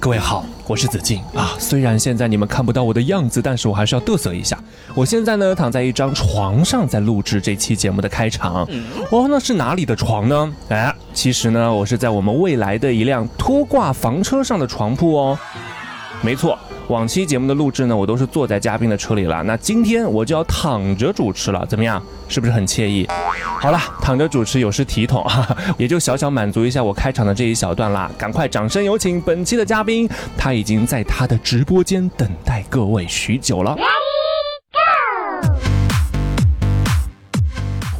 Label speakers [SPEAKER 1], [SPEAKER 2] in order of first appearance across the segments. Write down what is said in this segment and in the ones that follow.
[SPEAKER 1] 各位好，我是子敬啊。虽然现在你们看不到我的样子，但是我还是要嘚瑟一下。我现在呢躺在一张床上，在录制这期节目的开场。哦，那是哪里的床呢？哎，其实呢，我是在我们未来的一辆拖挂房车上的床铺哦。没错，往期节目的录制呢，我都是坐在嘉宾的车里了。那今天我就要躺着主持了，怎么样？是不是很惬意？好了，躺着主持有失体统，哈哈， 也就小小满足一下我开场的这一小段啦。赶快掌声有请本期的嘉宾，他已经在他的直播间等待各位许久了。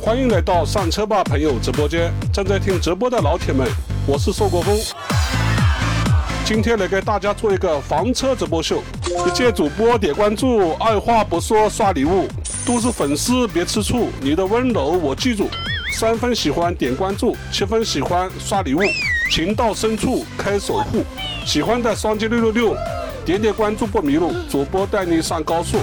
[SPEAKER 2] 欢迎来到上车吧朋友直播间，正在听直播的老铁们，我是硕国风。今天来给大家做一个房车直播秀，一届主播点关注，二话不说刷礼物，都是粉丝别吃醋，你的温柔我记住，三分喜欢点关注，七分喜欢刷礼物，情到深处开守护，喜欢的双击六六六，点点关注不迷路，主播带你上高速。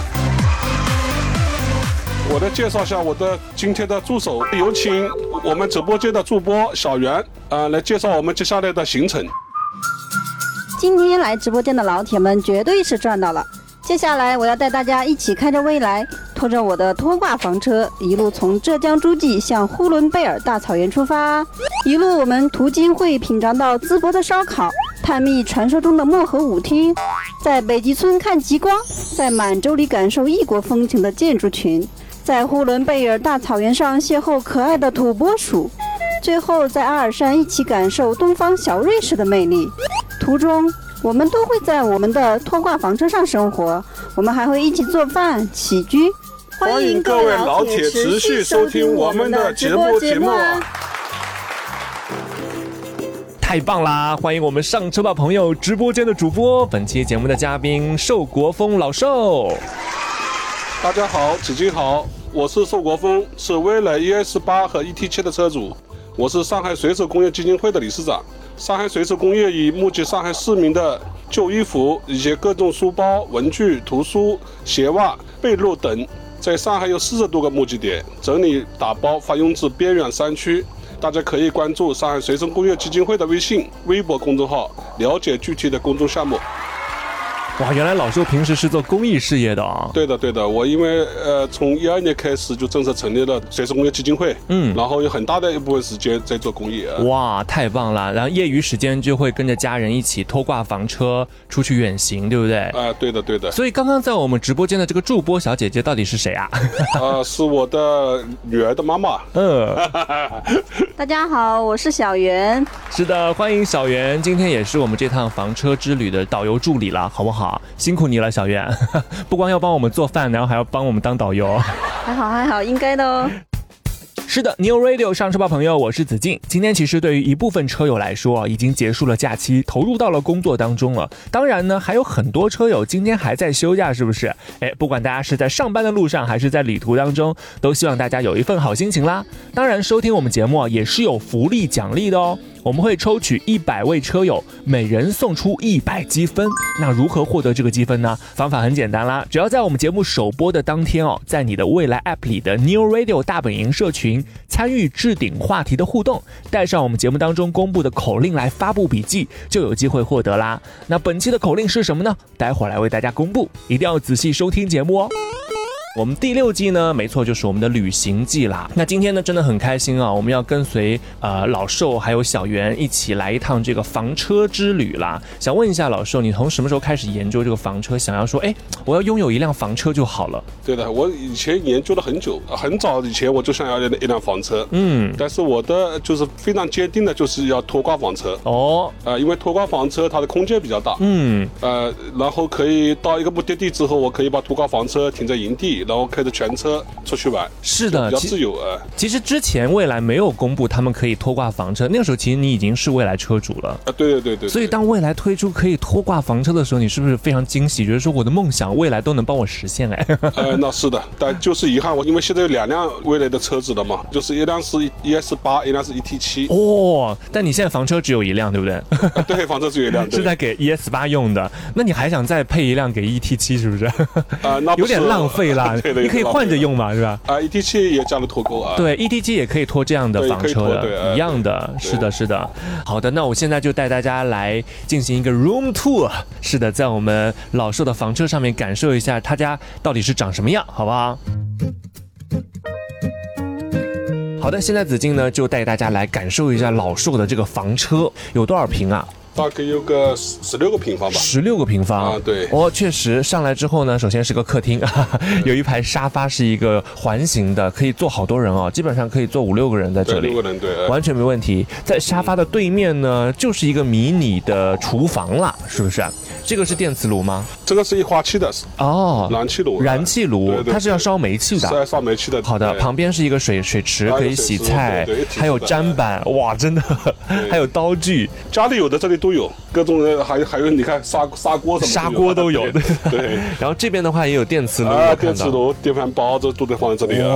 [SPEAKER 2] 我来介绍一下我的今天的助手，有请我们直播间的助播小袁，呃，来介绍我们接下来的行程。
[SPEAKER 3] 今天来直播间的老铁们绝对是赚到了。接下来我要带大家一起开着未来，拖着我的拖挂房车，一路从浙江诸暨向呼伦贝尔大草原出发。一路我们途经会品尝到淄博的烧烤，探秘传说中的漠河舞厅，在北极村看极光，在满洲里感受异国风情的建筑群，在呼伦贝尔大草原上邂逅可爱的土拨鼠。最后在阿尔山一起感受东方小瑞士的魅力。途中，我们都会在我们的拖挂房车上生活，我们还会一起做饭、起居。
[SPEAKER 2] 欢迎各位老铁持续收听我们的节目节目啊！
[SPEAKER 1] 太棒啦！欢迎我们上车吧朋友直播间的主播，本期节目的嘉宾寿国峰老寿。
[SPEAKER 2] 大家好，子君好，我是寿国峰，是蔚来 ES 八和 ET 七的车主，我是上海水手工业基金会的理事长。上海水手工业以募集上海市民的旧衣服以及各种书包、文具、图书、鞋袜、被褥等，在上海有四十多个募集点，整理打包发用至边远山区。大家可以关注上海水手工业基金会的微信、微博公众号，了解具体的工作项目。
[SPEAKER 1] 哇，原来老寿平时是做公益事业的啊、
[SPEAKER 2] 对的，对的，我因为呃，从一二年开始就正式成立了水手工业基金会，
[SPEAKER 1] 嗯哦
[SPEAKER 2] 然后有很大的一部分时间在做公益。呃
[SPEAKER 1] 哇，太棒了！然后业余时间就会跟着家人一起拖挂房车出去远行，对不对？
[SPEAKER 2] 哎、对的，对的，
[SPEAKER 1] 所以刚刚在我们直播间的这个助播小姐姐到底是谁啊？
[SPEAKER 2] 呃，是我的女儿的妈妈，
[SPEAKER 1] 嗯，
[SPEAKER 3] 大家好，我是小袁。
[SPEAKER 1] 是的，欢迎小袁，今天也是我们这趟房车之旅的导游助理了，好不好？辛苦你了，小袁， 不光要帮我们做饭，然后还要帮我们当导游。
[SPEAKER 3] 还好还好，应该的哦。
[SPEAKER 1] 是的，New Radio 上车吧，朋友，我是子敬。今天其实对于一部分车友来说，已经结束了假期，投入到了工作当中了。当然呢，还有很多车友今天还在休假，是不是？哎，不管大家是在上班的路上，还是在旅途当中，都希望大家有一份好心情啦。当然，收听我们节目啊也是有福利奖励的哦。我们会抽取一百位车友，每人送出一百积分。那如何获得这个积分呢？方法很简单啦，只要在我们节目首播的当天哦，在你的未来 App 里的 New Radio 大本营社群参与置顶话题的互动，带上我们节目当中公布的口令来发布笔记，就有机会获得啦。那本期的口令是什么呢？待会儿来为大家公布，一定要仔细收听节目哦。我们第六季呢，没错，就是我们的旅行季啦。那今天呢，真的很开心啊，我们要跟随呃老寿还有小袁一起来一趟这个房车之旅啦。想问一下老寿，你从什么时候开始研究这个房车？想要说，哎，我要拥有一辆房车就好了。
[SPEAKER 2] 对的，我以前研究了很久，很早以前我就想要一辆一辆房车，
[SPEAKER 1] 嗯，
[SPEAKER 2] 但是我的就是非常坚定的就是要拖挂房车，
[SPEAKER 1] 哦，
[SPEAKER 2] 呃，因为拖挂房车它的空间比较大，啊
[SPEAKER 1] 嗯，
[SPEAKER 2] 呃，然后可以到一个目的地之后，我可以把拖挂房车停在营地，然后开着全车出去玩，
[SPEAKER 1] 是的，
[SPEAKER 2] 比较
[SPEAKER 1] 其
[SPEAKER 2] 自由哎。
[SPEAKER 1] 其实之前蔚来没有公布他们可以拖挂房车，那个时候其实你已经是蔚来车主了。
[SPEAKER 2] 啊，对对对对，
[SPEAKER 1] 所以
[SPEAKER 2] 对
[SPEAKER 1] 当蔚来推出可以拖挂房车的时候，你是不是非常惊喜？觉得说我的梦想未来都能帮我实现哎。
[SPEAKER 2] 呃，那是的，但就是遗憾，我因为现在有两辆蔚来的车子了嘛，就是一辆是 ES 八，一辆是 ET 七、
[SPEAKER 1] 哦，但你现在房车只有一辆，对不对？
[SPEAKER 2] 啊对，房车只有一辆，对
[SPEAKER 1] 是在给 ES 八用的，那你还想再配一辆给 ET 七是不是？
[SPEAKER 2] 啊、那 不
[SPEAKER 1] 有点
[SPEAKER 2] 是，
[SPEAKER 1] 浪费啦
[SPEAKER 2] 对的，
[SPEAKER 1] 你可以换着
[SPEAKER 2] 有点浪费
[SPEAKER 1] 用嘛，是吧？
[SPEAKER 2] 啊、e t 七也加入脱钩啊，，
[SPEAKER 1] 对，ET 机也可以拖这样的
[SPEAKER 2] 对
[SPEAKER 1] 房
[SPEAKER 2] 可以
[SPEAKER 1] 车
[SPEAKER 2] 拖对
[SPEAKER 1] 的，
[SPEAKER 2] 哎
[SPEAKER 1] 一样的，
[SPEAKER 2] 对
[SPEAKER 1] 是的，是的。好的，那我现在就带大家来进行一个 room tour。是的，在我们老寿的房车上面感受一下他家到底是长什么样，好不好？好的，现在子静呢就带大家来感受一下老寿的这个房车有多少平啊？
[SPEAKER 2] 大概有个十十六个平方吧。
[SPEAKER 1] 十六个平方
[SPEAKER 2] 啊对嗯
[SPEAKER 1] 哦，确实上来之后呢，首先是个客厅， 有一排沙发是一个环形的，可以坐好多人哦，基本上可以坐五六个人在这
[SPEAKER 2] 对，
[SPEAKER 1] 里。
[SPEAKER 2] 六个人对，呃
[SPEAKER 1] 完全没问题。在沙发的对面呢，就是一个迷你的厨房啦，是不是啊？这个是电磁炉吗？
[SPEAKER 2] 这个是一花期的，是
[SPEAKER 1] 哦，
[SPEAKER 2] 燃气炉，
[SPEAKER 1] 燃气炉，
[SPEAKER 2] 对对
[SPEAKER 1] 它是要烧煤气
[SPEAKER 2] 是要
[SPEAKER 1] 的。
[SPEAKER 2] 烧煤气的。
[SPEAKER 1] 好的，
[SPEAKER 2] 对
[SPEAKER 1] 旁边是一个水水池，
[SPEAKER 2] 啊
[SPEAKER 1] 可以
[SPEAKER 2] 有水
[SPEAKER 1] 洗
[SPEAKER 2] 池
[SPEAKER 1] 菜
[SPEAKER 2] 对对有，洗
[SPEAKER 1] 还有
[SPEAKER 2] 菜
[SPEAKER 1] 砧板，哇，真的，还有刀具，
[SPEAKER 2] 家里有的这里都有，各种人还还有你看砂砂锅什么
[SPEAKER 1] 砂锅都有
[SPEAKER 2] 对 对。
[SPEAKER 1] 然后这边的话也有电磁炉，
[SPEAKER 2] 啊，
[SPEAKER 1] 我
[SPEAKER 2] 电
[SPEAKER 1] 看
[SPEAKER 2] 磁
[SPEAKER 1] 到。
[SPEAKER 2] 炉、电饭煲这都得放在这里啊。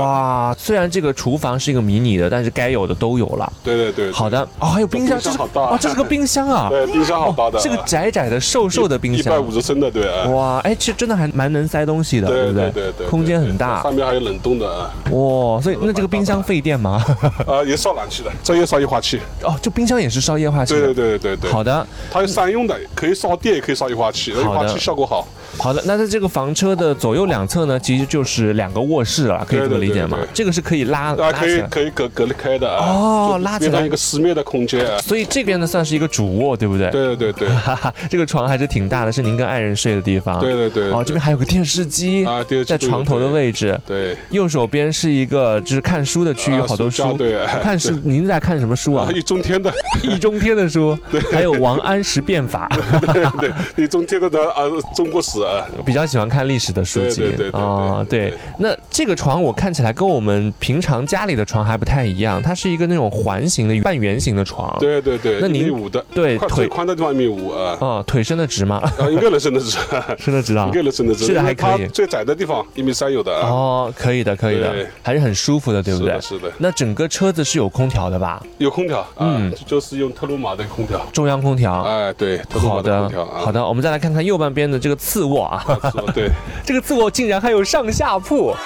[SPEAKER 1] 哇，虽然这个厨房是一个迷你的，但是该有的都有了。
[SPEAKER 2] 对对对，
[SPEAKER 1] 好的，哦，还有冰箱，
[SPEAKER 2] 冰箱
[SPEAKER 1] 这是
[SPEAKER 2] 好大
[SPEAKER 1] 哇，这是个冰箱啊，
[SPEAKER 2] 对，冰箱好大的，啊
[SPEAKER 1] 是个窄窄的、瘦瘦的冰
[SPEAKER 2] 一
[SPEAKER 1] 箱，
[SPEAKER 2] 百五十升的，对啊。
[SPEAKER 1] 哇，哎，其实真的还蛮能塞东西的，
[SPEAKER 2] 对
[SPEAKER 1] 不
[SPEAKER 2] 对对对，
[SPEAKER 1] 空间很
[SPEAKER 2] 对
[SPEAKER 1] 大
[SPEAKER 2] 上面还有冷冻的啊，
[SPEAKER 1] 哇，所以那这个冰箱费电吗？
[SPEAKER 2] 啊，也烧燃气的，这也烧液化气。
[SPEAKER 1] 哦，就冰箱也是烧液化气
[SPEAKER 2] 对
[SPEAKER 1] 的。
[SPEAKER 2] 对对对对，
[SPEAKER 1] 好，的，
[SPEAKER 2] 它有三用的，可以烧电，也可以烧液化气，
[SPEAKER 1] 好
[SPEAKER 2] 液
[SPEAKER 1] 的
[SPEAKER 2] 化气效果好。
[SPEAKER 1] 好的。那在这个房车的左右两侧呢，其实就是两个卧室了，可以这么理解吗
[SPEAKER 2] 对对对？对
[SPEAKER 1] 这个是可以拉
[SPEAKER 2] 啊，
[SPEAKER 1] 拉
[SPEAKER 2] 可
[SPEAKER 1] 起
[SPEAKER 2] 以
[SPEAKER 1] 来，
[SPEAKER 2] 可以隔隔离开的啊，
[SPEAKER 1] 哦
[SPEAKER 2] 就
[SPEAKER 1] 拉起
[SPEAKER 2] 变成
[SPEAKER 1] 来
[SPEAKER 2] 一个私密的空间啊。
[SPEAKER 1] 所以这边呢算是一个主卧，对不对？。
[SPEAKER 2] 对对对
[SPEAKER 1] 哈哈， 这个床还是挺大的，是您跟爱人睡的地方。
[SPEAKER 2] 对对对对
[SPEAKER 1] 哦，这边还有个电视机
[SPEAKER 2] 啊电视机
[SPEAKER 1] 在床头的位置。
[SPEAKER 2] 对
[SPEAKER 1] 右手边是一个就是看书的区域，
[SPEAKER 2] 啊
[SPEAKER 1] 好多
[SPEAKER 2] 书架
[SPEAKER 1] 书。
[SPEAKER 2] 对哎
[SPEAKER 1] 看书，您在看什么书
[SPEAKER 2] 对，
[SPEAKER 1] 啊
[SPEAKER 2] 啊，？易中天的，
[SPEAKER 1] 易中天的书，还有王安石变法，
[SPEAKER 2] 对，易中天的的啊，中国史啊，
[SPEAKER 1] 比较喜欢看历史的书籍
[SPEAKER 2] 对对对对对
[SPEAKER 1] 啊。
[SPEAKER 2] 对
[SPEAKER 1] 对，那这个床我看起来跟我们平常家里的床还不太一样，它是一个那种环形的半圆形的床。
[SPEAKER 2] 对对对，
[SPEAKER 1] 那
[SPEAKER 2] 一
[SPEAKER 1] 您
[SPEAKER 2] 米五的，
[SPEAKER 1] 对
[SPEAKER 2] 宽
[SPEAKER 1] 腿
[SPEAKER 2] 最宽的地方一米五啊，
[SPEAKER 1] 啊，腿伸得直吗？
[SPEAKER 2] 啊，一个人伸 得直，
[SPEAKER 1] 伸得直啊
[SPEAKER 2] 一个人伸得直，
[SPEAKER 1] 是的
[SPEAKER 2] 因为
[SPEAKER 1] 还可以
[SPEAKER 2] 它最窄的地方一米三有的啊，
[SPEAKER 1] 哦，可以的，可以的
[SPEAKER 2] 对，
[SPEAKER 1] 还是很舒服的，对不对？
[SPEAKER 2] 是的是的
[SPEAKER 1] 那整个车子是有空调的吧？
[SPEAKER 2] 有空调啊
[SPEAKER 1] 嗯，
[SPEAKER 2] 就是用特鲁玛的空调，
[SPEAKER 1] 中央空调。
[SPEAKER 2] 哎，对，特鲁
[SPEAKER 1] 啊好
[SPEAKER 2] 玛的
[SPEAKER 1] 的
[SPEAKER 2] 空调，啊，
[SPEAKER 1] 好的，我们再来看看右半边的这个次卧 啊，
[SPEAKER 2] 是吧， 对
[SPEAKER 1] 这个次卧竟然还有上下铺，哇，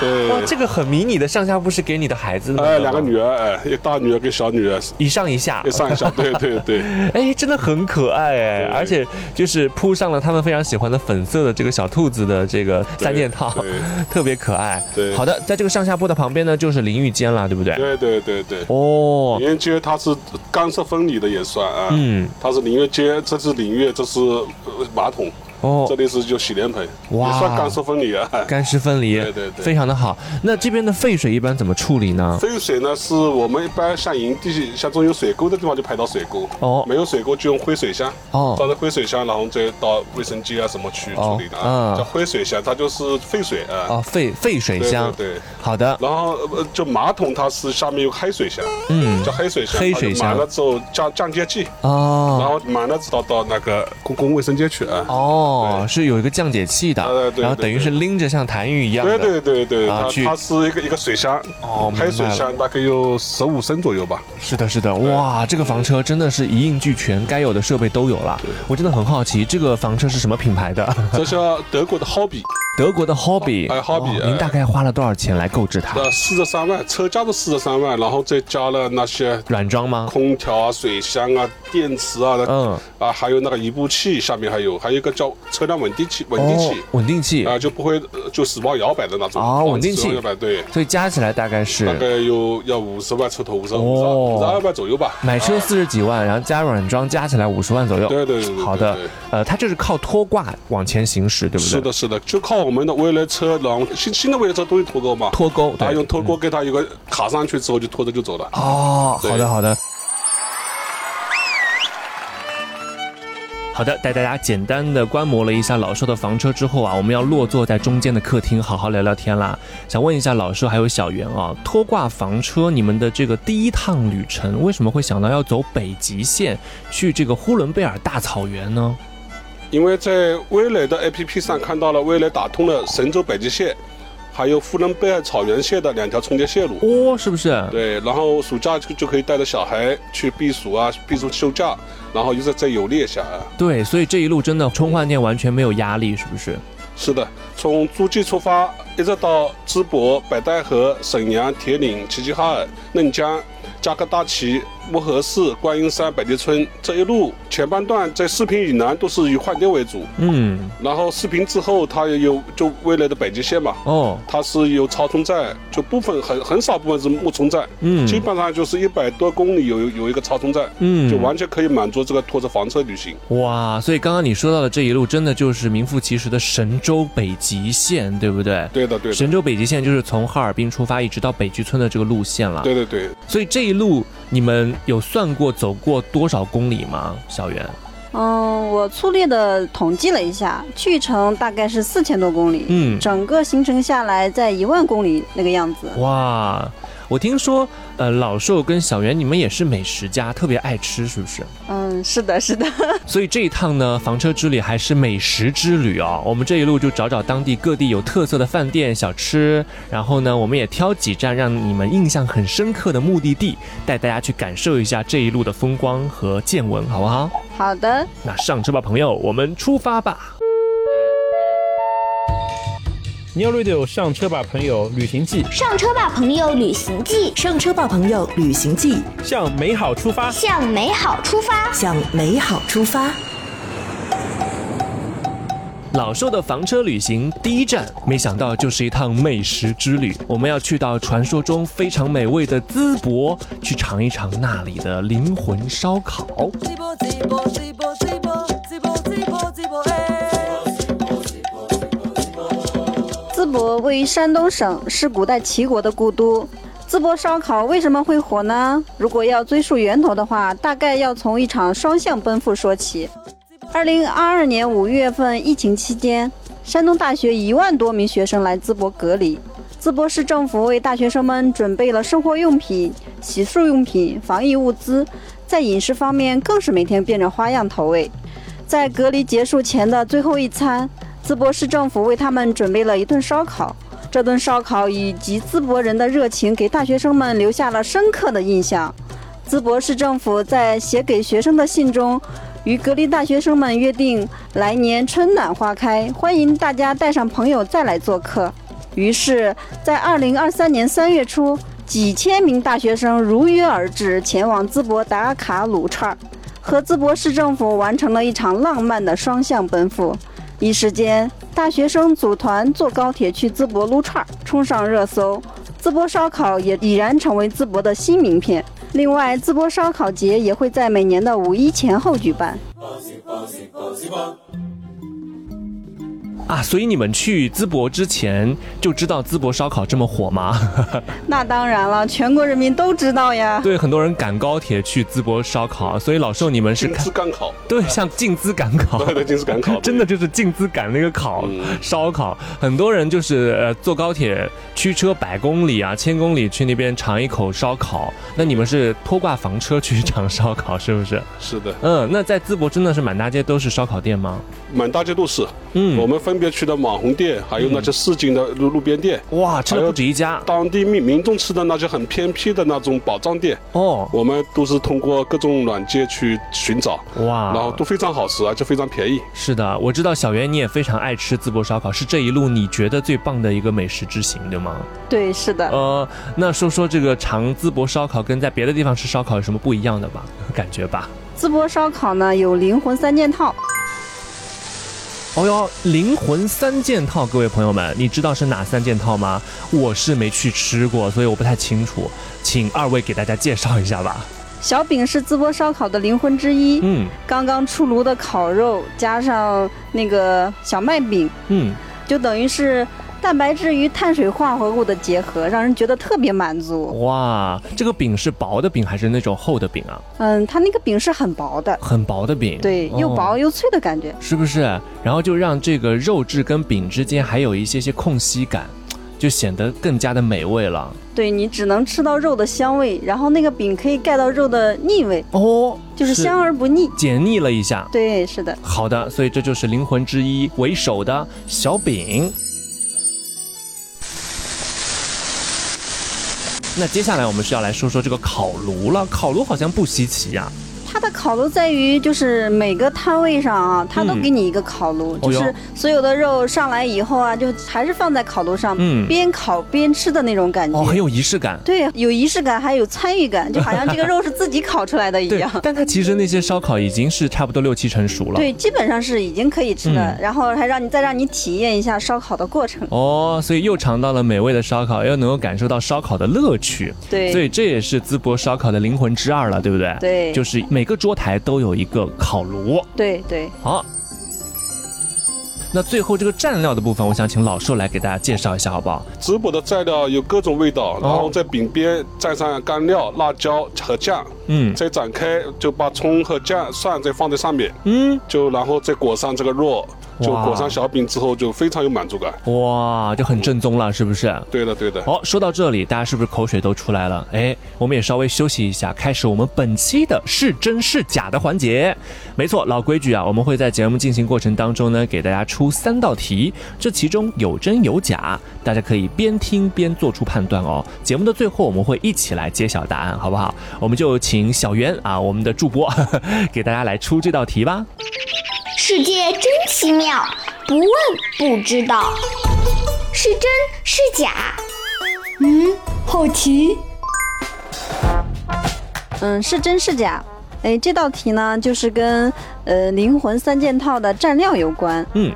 [SPEAKER 2] 对，
[SPEAKER 1] 这个很迷你的上下铺是给你的孩子的吗，
[SPEAKER 2] 哎，两个女儿，哎，一大女儿跟小女儿，
[SPEAKER 1] 一上一下
[SPEAKER 2] 一，上一下，对对对。
[SPEAKER 1] 哎，真的很可爱哎
[SPEAKER 2] 对，
[SPEAKER 1] 而且就是铺上了他们非常喜欢的粉色的这个小兔子的这个三件套
[SPEAKER 2] 对，
[SPEAKER 1] 特别可爱。
[SPEAKER 2] 对
[SPEAKER 1] 好的，在这个上下铺的旁边呢，就是淋浴间了，对不对？
[SPEAKER 2] 对对对对，
[SPEAKER 1] 哦，
[SPEAKER 2] 林业街它是干湿分离的也算啊，
[SPEAKER 1] 嗯，
[SPEAKER 2] 它是淋浴街，这是淋浴，这是呃马桶，
[SPEAKER 1] 哦
[SPEAKER 2] 这里是就洗脸盆，
[SPEAKER 1] 哇
[SPEAKER 2] 也算干湿分离啊。
[SPEAKER 1] 干湿分离，
[SPEAKER 2] 对对对
[SPEAKER 1] 非常的好。那这边的废水一般怎么处理呢？
[SPEAKER 2] 废水呢，是我们一般像营地、像这种有水沟的地方就排到水沟，
[SPEAKER 1] 哦
[SPEAKER 2] 没有水沟就用灰水箱，
[SPEAKER 1] 哦
[SPEAKER 2] 装在灰水箱，然后再到卫生间啊什么去处理的
[SPEAKER 1] 哦
[SPEAKER 2] 啊。
[SPEAKER 1] 嗯
[SPEAKER 2] 叫灰水箱，它就是废水啊。
[SPEAKER 1] 哦，废废水箱，
[SPEAKER 2] 对对对
[SPEAKER 1] 好的，
[SPEAKER 2] 然后呃就马桶，它是下面有黑水箱，
[SPEAKER 1] 嗯
[SPEAKER 2] 叫黑水箱，
[SPEAKER 1] 黑水箱
[SPEAKER 2] 它就满了之后降降阶器，然
[SPEAKER 1] 哦。
[SPEAKER 2] 后满了到到那个公共卫生间去啊。
[SPEAKER 1] 哦，
[SPEAKER 2] 对
[SPEAKER 1] 是有一个降解器的，
[SPEAKER 2] 呃对对
[SPEAKER 1] 然后等于是拎着像痰盂一样的，
[SPEAKER 2] 对对对对，
[SPEAKER 1] 啊
[SPEAKER 2] 它
[SPEAKER 1] 去
[SPEAKER 2] 它是一个一个水箱，
[SPEAKER 1] 哦明白
[SPEAKER 2] 开水
[SPEAKER 1] 了
[SPEAKER 2] 箱大概有十五升左右吧。
[SPEAKER 1] 是的，是的，哇，这个房车真的是一应俱全，该有的设备都有了。我真的很好奇，这个房车是什么品牌的？
[SPEAKER 2] 这是德国的 Hobby，
[SPEAKER 1] 德国的 Hobby，哦
[SPEAKER 2] 哎，Hobby，
[SPEAKER 1] 哇您
[SPEAKER 2] 哎
[SPEAKER 1] 大概花了多少钱来购置它？
[SPEAKER 2] 呃，四十三万，车价是四十三万，然后再加了那些
[SPEAKER 1] 软装吗？
[SPEAKER 2] 空调啊、水箱啊、电池啊，
[SPEAKER 1] 嗯
[SPEAKER 2] 啊，还有那个移步器，下面还有还有一个叫车辆稳定器，稳定器
[SPEAKER 1] 哦，稳定器
[SPEAKER 2] 啊，就不会呃就死亡摇摆的那种。
[SPEAKER 1] 哦稳定器
[SPEAKER 2] 死亡摇摆对。
[SPEAKER 1] 所以加起来大概
[SPEAKER 2] 大概
[SPEAKER 1] 是
[SPEAKER 2] 有要五十万出头，五十
[SPEAKER 1] 哦
[SPEAKER 2] 五十五十二万左右吧。
[SPEAKER 1] 买车四十几万，然后加软装加起来五十万左右。
[SPEAKER 2] 啊对对对对对
[SPEAKER 1] 好的
[SPEAKER 2] 对对，
[SPEAKER 1] 呃，它就是靠拖挂往前行驶，对不对？
[SPEAKER 2] 是的，，是的，就靠我们的未来车，然后新新的未来车都有脱钩嘛，
[SPEAKER 1] 脱钩，
[SPEAKER 2] 它
[SPEAKER 1] 对
[SPEAKER 2] 啊
[SPEAKER 1] 嗯
[SPEAKER 2] 用脱钩给它一个卡上去之后就拖着就走了。
[SPEAKER 1] 哦，
[SPEAKER 2] 对
[SPEAKER 1] 好的好的。好的，带大家简单的观摩了一下老寿的房车之后啊，我们要落座在中间的客厅，好好聊聊天啦。想问一下老寿还有小袁啊，拖挂房车，你们的这个第一趟旅程为什么会想到要走北极线，去这个呼伦贝尔大草原呢？
[SPEAKER 2] 因为在微雷的 APP 上看到了微雷打通了神州北极线，还有呼伦贝尔草原线的两条重接线路。
[SPEAKER 1] 哦，是不是？
[SPEAKER 2] 对，然后暑假就就可以带着小孩去避暑啊，避暑休假，然后又在这游猎一下啊。
[SPEAKER 1] 对，所以这一路真的充换店完全没有压力，是不是？
[SPEAKER 2] 是的，从诸暨出发，一直到淄博、北戴河、沈阳、铁岭、齐齐哈尔、嫩江、加克大旗、漠河市、观音山、北地村，这一路前半段在视频以南都是以换电为主，
[SPEAKER 1] 嗯，
[SPEAKER 2] 然后视频之后它也有就未来的北极线嘛。
[SPEAKER 1] 哦，
[SPEAKER 2] 它是有超充站，就部分很很少部分是木充站，
[SPEAKER 1] 嗯
[SPEAKER 2] 基本上就是一百多公里有有有一个超充站，
[SPEAKER 1] 嗯
[SPEAKER 2] 就完全可以满足这个拖着房车旅行。
[SPEAKER 1] 哇，所以刚刚你说到的这一路，真的就是名副其实的神州北极线，对不对？
[SPEAKER 2] 对的，对的，
[SPEAKER 1] 神州北极线就是从哈尔滨出发，一直到北极村的这个路线了。
[SPEAKER 2] 对对对。
[SPEAKER 1] 所以这一路你们有算过走过多少公里吗？小袁，
[SPEAKER 3] 嗯，我粗略的统计了一下，去程大概是四千多公里，
[SPEAKER 1] 嗯
[SPEAKER 3] 整个行程下来在一万公里那个样
[SPEAKER 1] 哦
[SPEAKER 3] 子。
[SPEAKER 1] 哇，我听说，呃，老寿跟小袁你们也是美食家，特别爱吃，是不是？
[SPEAKER 3] 嗯，是的，是的。
[SPEAKER 1] 所以这一趟呢，房车之旅还是美食之旅哦。我们这一路就找找当地各地有特色的饭店、小吃，然后呢，我们也挑几站让你们印象很深刻的目的地，带大家去感受一下这一路的风光和见闻，好不好？
[SPEAKER 3] 好的，
[SPEAKER 1] 那上车吧，朋友，我们出发吧。
[SPEAKER 4] New Radio 上车吧，朋友，旅行记
[SPEAKER 5] 上车吧，朋友！旅行记
[SPEAKER 6] 上车吧，朋友！旅行记
[SPEAKER 4] 向美好出发。
[SPEAKER 5] 向美好出发。
[SPEAKER 6] 向美好出发。
[SPEAKER 1] 老寿的房车旅行第一站，没想到就是一趟美食之旅。我们要去到传说中非常美味的淄博，去尝一尝那里的灵魂烧烤。
[SPEAKER 3] 淄博位于山东省，是古代齐国的故都。淄博烧烤为什么会火呢？如果要追溯源头的话，大概要从一场双向奔赴说起。二零二二年五月份疫情期间，山东大学一万多名学生来淄博隔离。淄博市政府为大学生们准备了生活用品、洗漱用品、防疫物资，在饮食方面更是每天变着花样投喂。在隔离结束前的最后一餐，淄博市政府为他们准备了一顿烧烤。这顿烧烤以及淄博人的热情，给大学生们留下了深刻的印象。淄博市政府在写给学生的信中，与隔离大学生们约定，来年春暖花开，欢迎大家带上朋友再来做客。于是，在二零二三年三月初，几千名大学生如约而至，前往淄博打卡撸串儿，和淄博市政府完成了一场浪漫的双向奔赴。一时间，大学生组团坐高铁去淄博撸串儿，冲上热搜。淄博烧烤也已然成为淄博的新名片。另外，淄博烧烤节也会在每年的五一前后举办。
[SPEAKER 1] 啊，所以你们去淄博之前就知道淄博烧烤这么火吗？
[SPEAKER 3] 那当然了，全国人民都知道呀。
[SPEAKER 1] 对，很多人赶高铁去淄博烧烤，所以老寿你们是
[SPEAKER 2] 金
[SPEAKER 1] 看
[SPEAKER 2] 枝干烤，
[SPEAKER 1] 对，像进资赶考，
[SPEAKER 2] 对对，金枝干 烤，
[SPEAKER 1] 真的就是进资赶那个烤
[SPEAKER 2] 嗯
[SPEAKER 1] 烧烤，很多人就是呃坐高铁驱车百公里啊、千公里去那边尝一口烧烤。那你们是拖挂房车去尝烧烤是不是？
[SPEAKER 2] 是的，
[SPEAKER 1] 嗯，那在淄博真的是满大街都是烧烤店吗？
[SPEAKER 2] 满大街都是。我
[SPEAKER 1] 嗯，
[SPEAKER 2] 们分别去的网红店，还有那些市井的路路边店，
[SPEAKER 1] 哇，吃
[SPEAKER 2] 还
[SPEAKER 1] 了
[SPEAKER 2] 有
[SPEAKER 1] 不止一家
[SPEAKER 2] 当地民民众吃的那些很偏僻的那种宝藏店，
[SPEAKER 1] 哦，
[SPEAKER 2] 我们都是通过各种软件去寻找，
[SPEAKER 1] 哇，
[SPEAKER 2] 然后都非常好吃，而且非常便宜。
[SPEAKER 1] 是的，我知道小袁你也非常爱吃淄博烧烤，是这一路你觉得最棒的一个美食之行，对吗？
[SPEAKER 3] 对，是的。
[SPEAKER 1] 呃，那说说这个尝淄博烧烤跟在别的地方吃烧烤有什么不一样的吧？感觉吧？
[SPEAKER 3] 淄博烧烤呢有灵魂三件套，
[SPEAKER 1] 哦哟，灵魂三件套，各位朋友们，你知道是哪三件套吗？我是没去吃过，所以我不太清楚，请二位给大家介绍一下吧。
[SPEAKER 3] 小饼是淄博烧烤的灵魂之一，
[SPEAKER 1] 嗯
[SPEAKER 3] 刚刚出炉的烤肉加上那个小麦饼，
[SPEAKER 1] 嗯，
[SPEAKER 3] 就等于是蛋白质与碳水化合物的结合，让人觉得特别满足。
[SPEAKER 1] 嗯哇，这个饼是薄的饼还是那种厚的饼啊？
[SPEAKER 3] 嗯，它那个饼是很薄的，
[SPEAKER 1] 很薄的饼，
[SPEAKER 3] 对，又
[SPEAKER 1] 哦
[SPEAKER 3] 薄又脆的感觉。
[SPEAKER 1] 是不是？然后就让这个肉质跟饼之间还有一些些空隙感，就显得更加的美味了。
[SPEAKER 3] 对你只能吃到肉的香味，然后那个饼可以盖到肉的腻味，
[SPEAKER 1] 哦，
[SPEAKER 3] 就是香而不腻。
[SPEAKER 1] 解腻了一下。
[SPEAKER 3] 对，是的，
[SPEAKER 1] 好的，所以这就是灵魂之一为首的小饼。那接下来我们是要来说说这个烤炉了。烤炉好像不稀奇啊呀、
[SPEAKER 3] 它的烤炉在于就是每个摊位上啊，它都
[SPEAKER 1] 嗯
[SPEAKER 3] 给你一个烤炉，
[SPEAKER 1] 哦
[SPEAKER 3] 就
[SPEAKER 1] 哟
[SPEAKER 3] 是所有的肉上来以后啊，就还是放在烤炉上，
[SPEAKER 1] 嗯
[SPEAKER 3] 边烤边吃的那种感觉。
[SPEAKER 1] 哦，很有仪式感。
[SPEAKER 3] 对，有仪式感，还有参与感，就好像这个肉是自己烤出来的一
[SPEAKER 1] 对
[SPEAKER 3] 样。，
[SPEAKER 1] 但它其实那些烧烤已经是差不多六七成熟了。
[SPEAKER 3] 对，基本上是已经可以吃的，然后还让你再让你体验一下烧烤的过程。
[SPEAKER 1] 嗯哦，所以又尝到了美味的烧烤，又能够感受到烧烤的乐趣。
[SPEAKER 3] 对
[SPEAKER 1] 所以这也是淄博烧烤的灵魂之二了，对不对？
[SPEAKER 3] 对
[SPEAKER 1] 就是每个桌台都有一个烤炉。
[SPEAKER 3] 对对，
[SPEAKER 1] 好，那最后这个蘸料的部分，我想请老寿来给大家介绍一下，好不好？
[SPEAKER 2] 淄博的蘸料有各种味道，然后在饼边蘸上干料、辣椒和酱，
[SPEAKER 1] 嗯
[SPEAKER 2] 再展开就把葱和酱、蒜再放在上面，
[SPEAKER 1] 嗯，
[SPEAKER 2] 就然后再裹上这个肉，就
[SPEAKER 1] 哇
[SPEAKER 2] 裹上小饼之后就非常有满足感。
[SPEAKER 1] 哇，就很正宗了，是不是？
[SPEAKER 2] 对的，对的。
[SPEAKER 1] 好，说到这里，大家是不是口水都出来了？哎，我们也稍微休息一下，开始我们本期的是真是假的环节。没错，老规矩啊，我们会在节目进行过程当中呢，给大家出三道题，这其中有真有假，大家可以边听边做出判断哦。节目的最后，我们会一起来揭晓答案，好不好？我们就请小袁啊，我们的助播， 给大家来出这道题吧。
[SPEAKER 5] 世界真奇妙，不问不知道，是真是假？嗯，好奇。
[SPEAKER 3] 嗯，是真是假？哎，这道题呢，就是跟呃灵魂三件套的蘸料有关。
[SPEAKER 1] 嗯，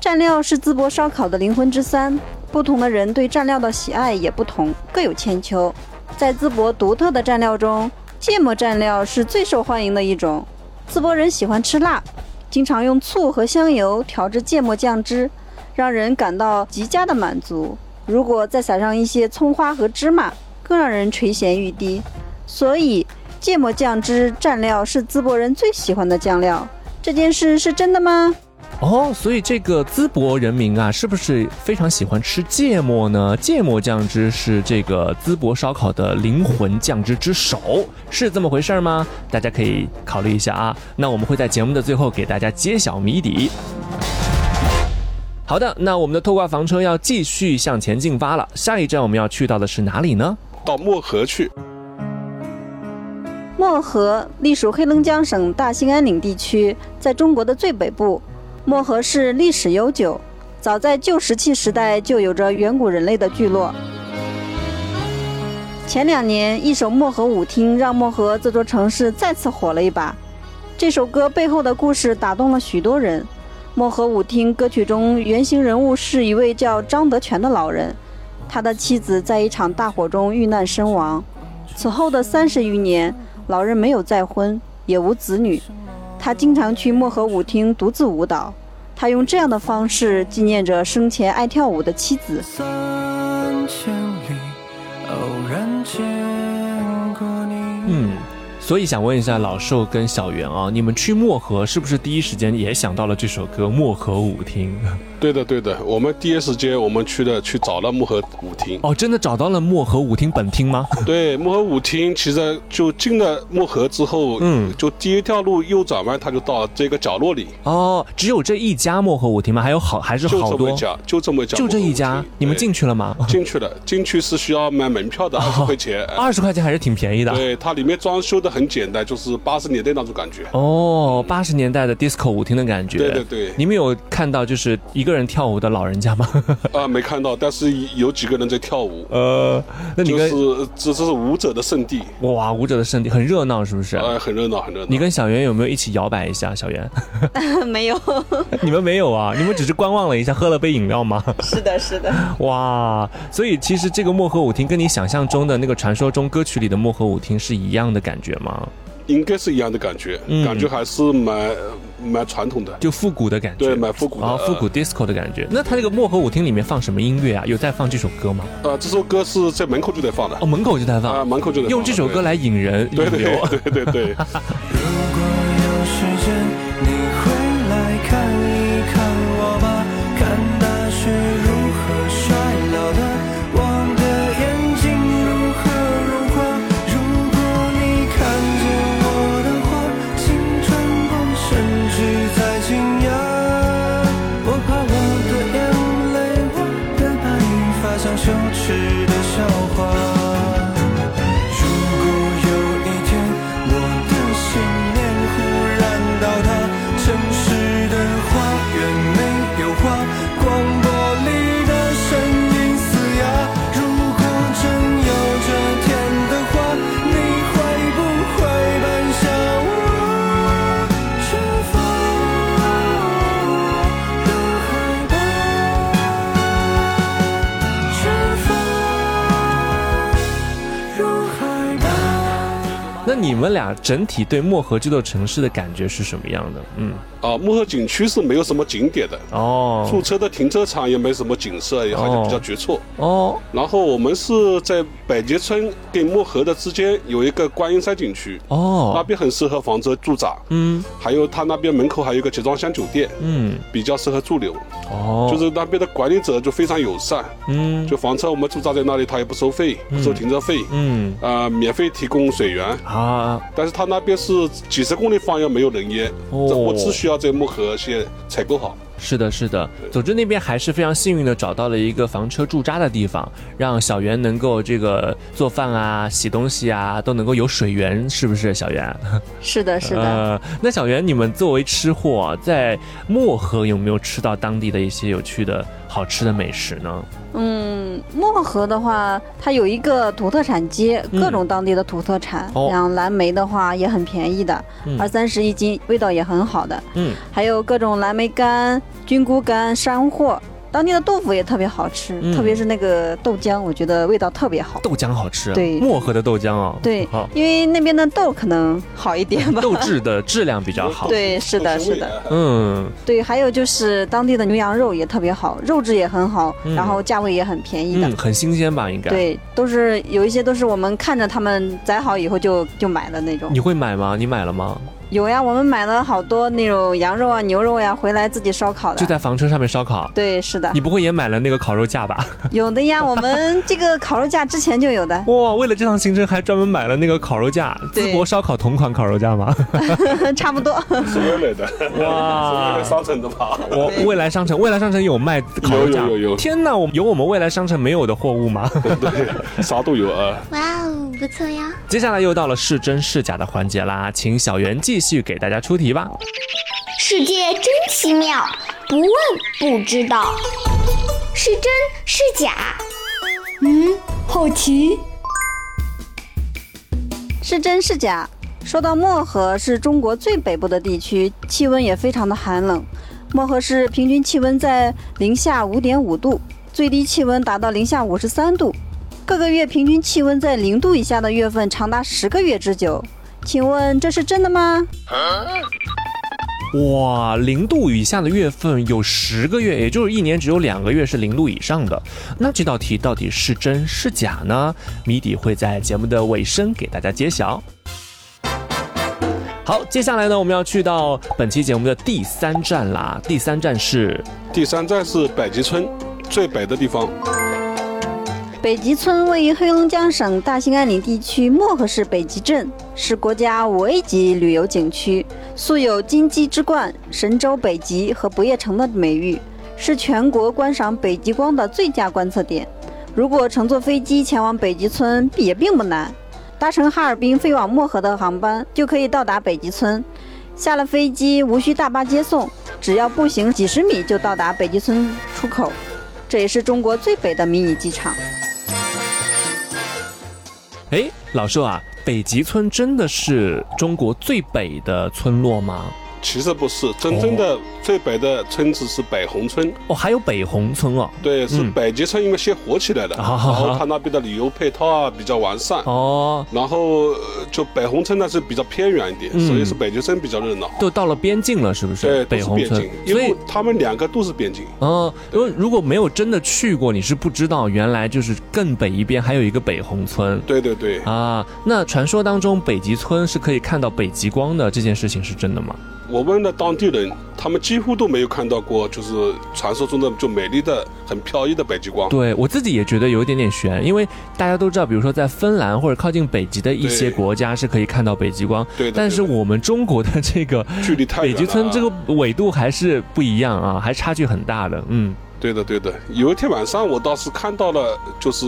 [SPEAKER 3] 蘸料是淄博烧烤的灵魂之三，不同的人对蘸料的喜爱也不同，各有千秋。在淄博独特的蘸料中，芥末蘸料是最受欢迎的一种。淄博人喜欢吃辣，经常用醋和香油调制芥末酱汁，让人感到极佳的满足。如果再撒上一些葱花和芝麻，更让人垂涎欲滴。所以，芥末酱汁蘸料是淄博人最喜欢的酱料。这件事是真的吗？
[SPEAKER 1] 哦，所以这个淄博人民啊，是不是非常喜欢吃芥末呢？芥末酱汁是这个淄博烧烤的灵魂酱汁之首，是这么回事儿吗？大家可以考虑一下啊。那我们会在节目的最后给大家揭晓谜底。好的，那我们的透挂房车要继续向前进发了。下一站我们要去到的是哪里呢？
[SPEAKER 2] 到漠河去，
[SPEAKER 3] 漠河隶属黑龙江省大兴安岭地区，在中国的最北部。漠河市历史悠久，早在旧石器时代就有着远古人类的聚落。前两年，一首《漠河舞厅》让漠河这座城市再次火了一把。这首歌背后的故事打动了许多人。《漠河舞厅》歌曲中原型人物是一位叫张德全的老人，他的妻子在一场大火中遇难身亡。此后的三十余年，老人没有再婚，也无子女。他经常去漠河舞厅独自舞蹈，他用这样的方式纪念着生前爱跳舞的妻子。
[SPEAKER 7] 三千里，偶然见过你。
[SPEAKER 1] 嗯，所以想问一下老寿跟小袁啊，你们去漠河是不是第一时间也想到了这首歌《漠河舞厅》？
[SPEAKER 2] 对的，对的。我们第一时间我们去的去找了漠河舞厅。
[SPEAKER 1] 哦，真的找到了漠河舞厅本厅 吗？
[SPEAKER 2] 对，漠河舞厅其实就进了漠河之后，
[SPEAKER 1] 嗯
[SPEAKER 2] 就第一条路右转弯，它就到这个角落里，
[SPEAKER 1] 哦，只有这一家漠河舞厅吗？还有好还是
[SPEAKER 2] 就
[SPEAKER 1] 好
[SPEAKER 2] 这么
[SPEAKER 1] 多
[SPEAKER 2] 一？家，就这么一家，
[SPEAKER 1] 就这一家，你们进
[SPEAKER 2] 去
[SPEAKER 1] 去了吗？
[SPEAKER 2] 进 去了，进去是需要买门票的，二十块钱。
[SPEAKER 1] 二十块钱还是挺便宜的。
[SPEAKER 2] 对，它里面装修的很简单，就是八十年代那种感觉。
[SPEAKER 1] 哦，八十年代的 disco 舞厅的感觉。
[SPEAKER 2] 对对对
[SPEAKER 1] 你们有看到就是一个人跳舞的老人家 吗？
[SPEAKER 2] 啊，没看到，但是有几个人在跳舞，
[SPEAKER 1] 呃，那你
[SPEAKER 2] 就
[SPEAKER 1] 跟、
[SPEAKER 2] 是这这是舞者的圣地，
[SPEAKER 1] 哇舞者的圣地很热闹，是不是？
[SPEAKER 2] 呃，很热闹，很热闹。
[SPEAKER 1] 你跟小袁有没有一起摇摆一下？小袁，
[SPEAKER 3] 没有，
[SPEAKER 1] 你们没有啊？你们只是观望了一下，喝了杯饮料吗？
[SPEAKER 3] 是的，是的，
[SPEAKER 1] 哇，所以其实这个漠河舞厅跟你想象中的那个传说中歌曲里的漠河舞厅是一样的感觉吗？
[SPEAKER 2] 应该是一样的感觉，
[SPEAKER 1] 嗯
[SPEAKER 2] 感觉还是蛮蛮传统的，
[SPEAKER 1] 就复古的感觉，
[SPEAKER 2] 对，蛮复古的。
[SPEAKER 1] 哦，复古 disco 的感觉。那他这个漠河舞厅里面放什么音乐啊？有在放这首歌吗？
[SPEAKER 2] 呃，这首歌是在门口就在放的
[SPEAKER 1] 哦，，门口就在放，
[SPEAKER 2] 啊门口就在放
[SPEAKER 1] 用这首歌来引人引
[SPEAKER 2] 对对
[SPEAKER 1] 流。
[SPEAKER 2] 对对对，
[SPEAKER 7] 如果有时间，你会来看一看我吗？看那是如何衰老的，我的眼睛如何融化。如果你看见我的话，请转过身去再惊讶。我怕我的眼泪，我的白发像羞耻的笑话。如果有一天我的信念忽然倒塌，城市的花园没有花，广播里的声音嘶哑。如果真有这天的话，你会不会奔向我？是否都害怕？是否？如海吧。
[SPEAKER 1] 那你们俩整体对漠河这座城市的感觉是什么样的？嗯，
[SPEAKER 2] 啊，漠河景区是没有什么景点的，
[SPEAKER 1] 哦
[SPEAKER 2] 驻车的停车场也没什么景色，也好像比较局促。
[SPEAKER 1] 哦，
[SPEAKER 2] 然后我们是在百节村跟漠河的之间有一个观音山景区，那
[SPEAKER 1] 哦，
[SPEAKER 2] 边很适合房车驻扎，
[SPEAKER 1] 嗯
[SPEAKER 2] 还有它那边门口还有一个集装箱酒店，
[SPEAKER 1] 嗯，
[SPEAKER 2] 比较适合驻留，
[SPEAKER 1] 哦，
[SPEAKER 2] 就是那边的管理者就非常友善，
[SPEAKER 1] 嗯
[SPEAKER 2] 就房车我们驻扎在那里，他也不收费，不收停车费，
[SPEAKER 1] 嗯
[SPEAKER 2] 呃，免费提供水源。
[SPEAKER 1] 啊，
[SPEAKER 2] 但是他那边是几十公里方圆没有人烟，
[SPEAKER 1] 哦
[SPEAKER 2] 这我只需要在漠河先采购好。
[SPEAKER 1] 是的，是的。总之那边还是非常幸运的找到了一个房车驻扎的地方，让小袁能够这个做饭啊、洗东西啊都能够有水源，是不是？小袁，
[SPEAKER 3] 是的，是的，
[SPEAKER 1] 呃，那小袁，你们作为吃货啊、在漠河有没有吃到当地的一些有趣的好吃的美食呢？
[SPEAKER 3] 嗯，漠河的话，它有一个土特产街，各种当地的土特产，
[SPEAKER 1] 嗯哦
[SPEAKER 3] 像蓝莓的话也很便宜的，二三十一斤，味道也很好的，
[SPEAKER 1] 嗯，
[SPEAKER 3] 还有各种蓝莓干、菌菇干、山货。当地的豆腐也特别好吃，
[SPEAKER 1] 嗯
[SPEAKER 3] 特别是那个豆浆，我觉得味道特别好。
[SPEAKER 1] 豆浆好吃，啊
[SPEAKER 3] 对
[SPEAKER 1] 漠河的豆浆哦，
[SPEAKER 3] 对
[SPEAKER 1] 好，，
[SPEAKER 3] 因为那边的豆可能好一点吧。
[SPEAKER 1] 豆制的质量比较好，
[SPEAKER 3] 对，是的，
[SPEAKER 2] 都味
[SPEAKER 3] 是的。
[SPEAKER 2] 哎
[SPEAKER 1] 嗯，
[SPEAKER 3] 对，还有就是当地的牛羊肉也特别好，肉质也很好，
[SPEAKER 1] 嗯
[SPEAKER 3] 然后价位也很便宜的。
[SPEAKER 1] 嗯，很新鲜吧？应该，，
[SPEAKER 3] 对，都是有一些都是我们看着他们宰好以后就就买的那种
[SPEAKER 1] 你。会买吗？你买了吗？
[SPEAKER 3] 有呀，我们买了好多那种羊肉啊、牛肉呀、回来自己烧烤的。
[SPEAKER 1] 就在房车上面烧烤，
[SPEAKER 3] 对，是的
[SPEAKER 1] 你，不会也买了那个烤肉架吧？
[SPEAKER 3] 有的呀。我们这个烤肉架之前就有的，
[SPEAKER 1] 哇，为了这趟行程还专门买了那个烤肉架，淄
[SPEAKER 3] 对
[SPEAKER 1] 博烧烤同款烤肉架吗？
[SPEAKER 3] 差不多。
[SPEAKER 2] 是未来的，
[SPEAKER 1] 哇
[SPEAKER 2] 是未来商城的吧？
[SPEAKER 1] 我未来商城，未来商城有卖烤肉架，
[SPEAKER 2] 有有有有
[SPEAKER 1] 天哪，我们有我们未来商城没有的货物吗？
[SPEAKER 2] 对，啥都有啊。
[SPEAKER 5] 哇哦，不错呀！
[SPEAKER 1] 接下来又到了是真是假的环节啦，请小袁继续给大家出题吧。
[SPEAKER 5] 世界真奇妙，不问不知道，是真是假？嗯，好奇。
[SPEAKER 3] 是真是假？说到漠河是中国最北部的地区，气温也非常的寒冷。漠河市平均气温在零下五点五度，最低气温达到零下五十三度。各个月平均气温在零度以下的月份长达十个月之久。请问这是真的吗？
[SPEAKER 1] 哇，零度以下的月份有十个月，也就是一年只有两个月是零度以上的。那这道题到底是真是假呢？谜底会在节目的尾声给大家揭晓。好，接下来呢，我们要去到本期节目的第三站啦。第三站是
[SPEAKER 2] 第三站是百集村，最北的地方。
[SPEAKER 3] 北极村位于黑龙江省大兴安岭地区漠河市北极镇，是国家五 A 级旅游景区，素有“金鸡之冠”、“神州北极”和“不夜城”的美誉，是全国观赏北极光的最佳观测点。如果乘坐飞机前往北极村，也并不难，搭乘哈尔滨飞往漠河的航班就可以到达北极村。下了飞机，无需大巴接送，只要步行几十米就到达北极村出口。这也是中国最北的迷你机场。
[SPEAKER 1] 哎，老寿啊，北极村真的是中国最北的村落吗？
[SPEAKER 2] 其实不是，真正的最北的村子是北红村，
[SPEAKER 1] 哦，还有北红村哦，
[SPEAKER 2] 对，是
[SPEAKER 1] 嗯
[SPEAKER 2] 北极村，因为先火起来的，
[SPEAKER 1] 啊
[SPEAKER 2] 然
[SPEAKER 1] 哈
[SPEAKER 2] 后它那边的旅游配套啊比较完善，
[SPEAKER 1] 哦，
[SPEAKER 2] 然后呃就北红村呢是比较偏远一点，
[SPEAKER 1] 嗯
[SPEAKER 2] 所以是北极村比较热闹。
[SPEAKER 1] 都到了边境了，是不是？
[SPEAKER 2] 对，都
[SPEAKER 1] 北
[SPEAKER 2] 是
[SPEAKER 1] 红
[SPEAKER 2] 边
[SPEAKER 1] 村
[SPEAKER 2] 境，，因
[SPEAKER 1] 所以
[SPEAKER 2] 为他们两个都是边境。
[SPEAKER 1] 哦，如果如果没有真的去过，你是不知道原来就是更北一边还有一个北红村
[SPEAKER 2] 对对对，
[SPEAKER 1] 啊。那传说当中北极村是可以看到北极光的，这件事情是真的吗？
[SPEAKER 2] 我问了当地人，他们几乎都没有看到过，就是传说中的就美丽的、很飘逸的北极光。
[SPEAKER 1] 对我自己也觉得有一点点悬，因为大家都知道，比如说在芬兰或者靠近北极的一些
[SPEAKER 2] 对
[SPEAKER 1] 国家是可以看到北极光，
[SPEAKER 2] 对的
[SPEAKER 1] 但是
[SPEAKER 2] 对的
[SPEAKER 1] 我们中国的这个
[SPEAKER 2] 距离太远
[SPEAKER 1] 北
[SPEAKER 2] 了。啊
[SPEAKER 1] 极村这，个纬度还是不一样啊，还差距很大的。嗯，
[SPEAKER 2] 对的对的。有一天晚上，我倒是看到了，就是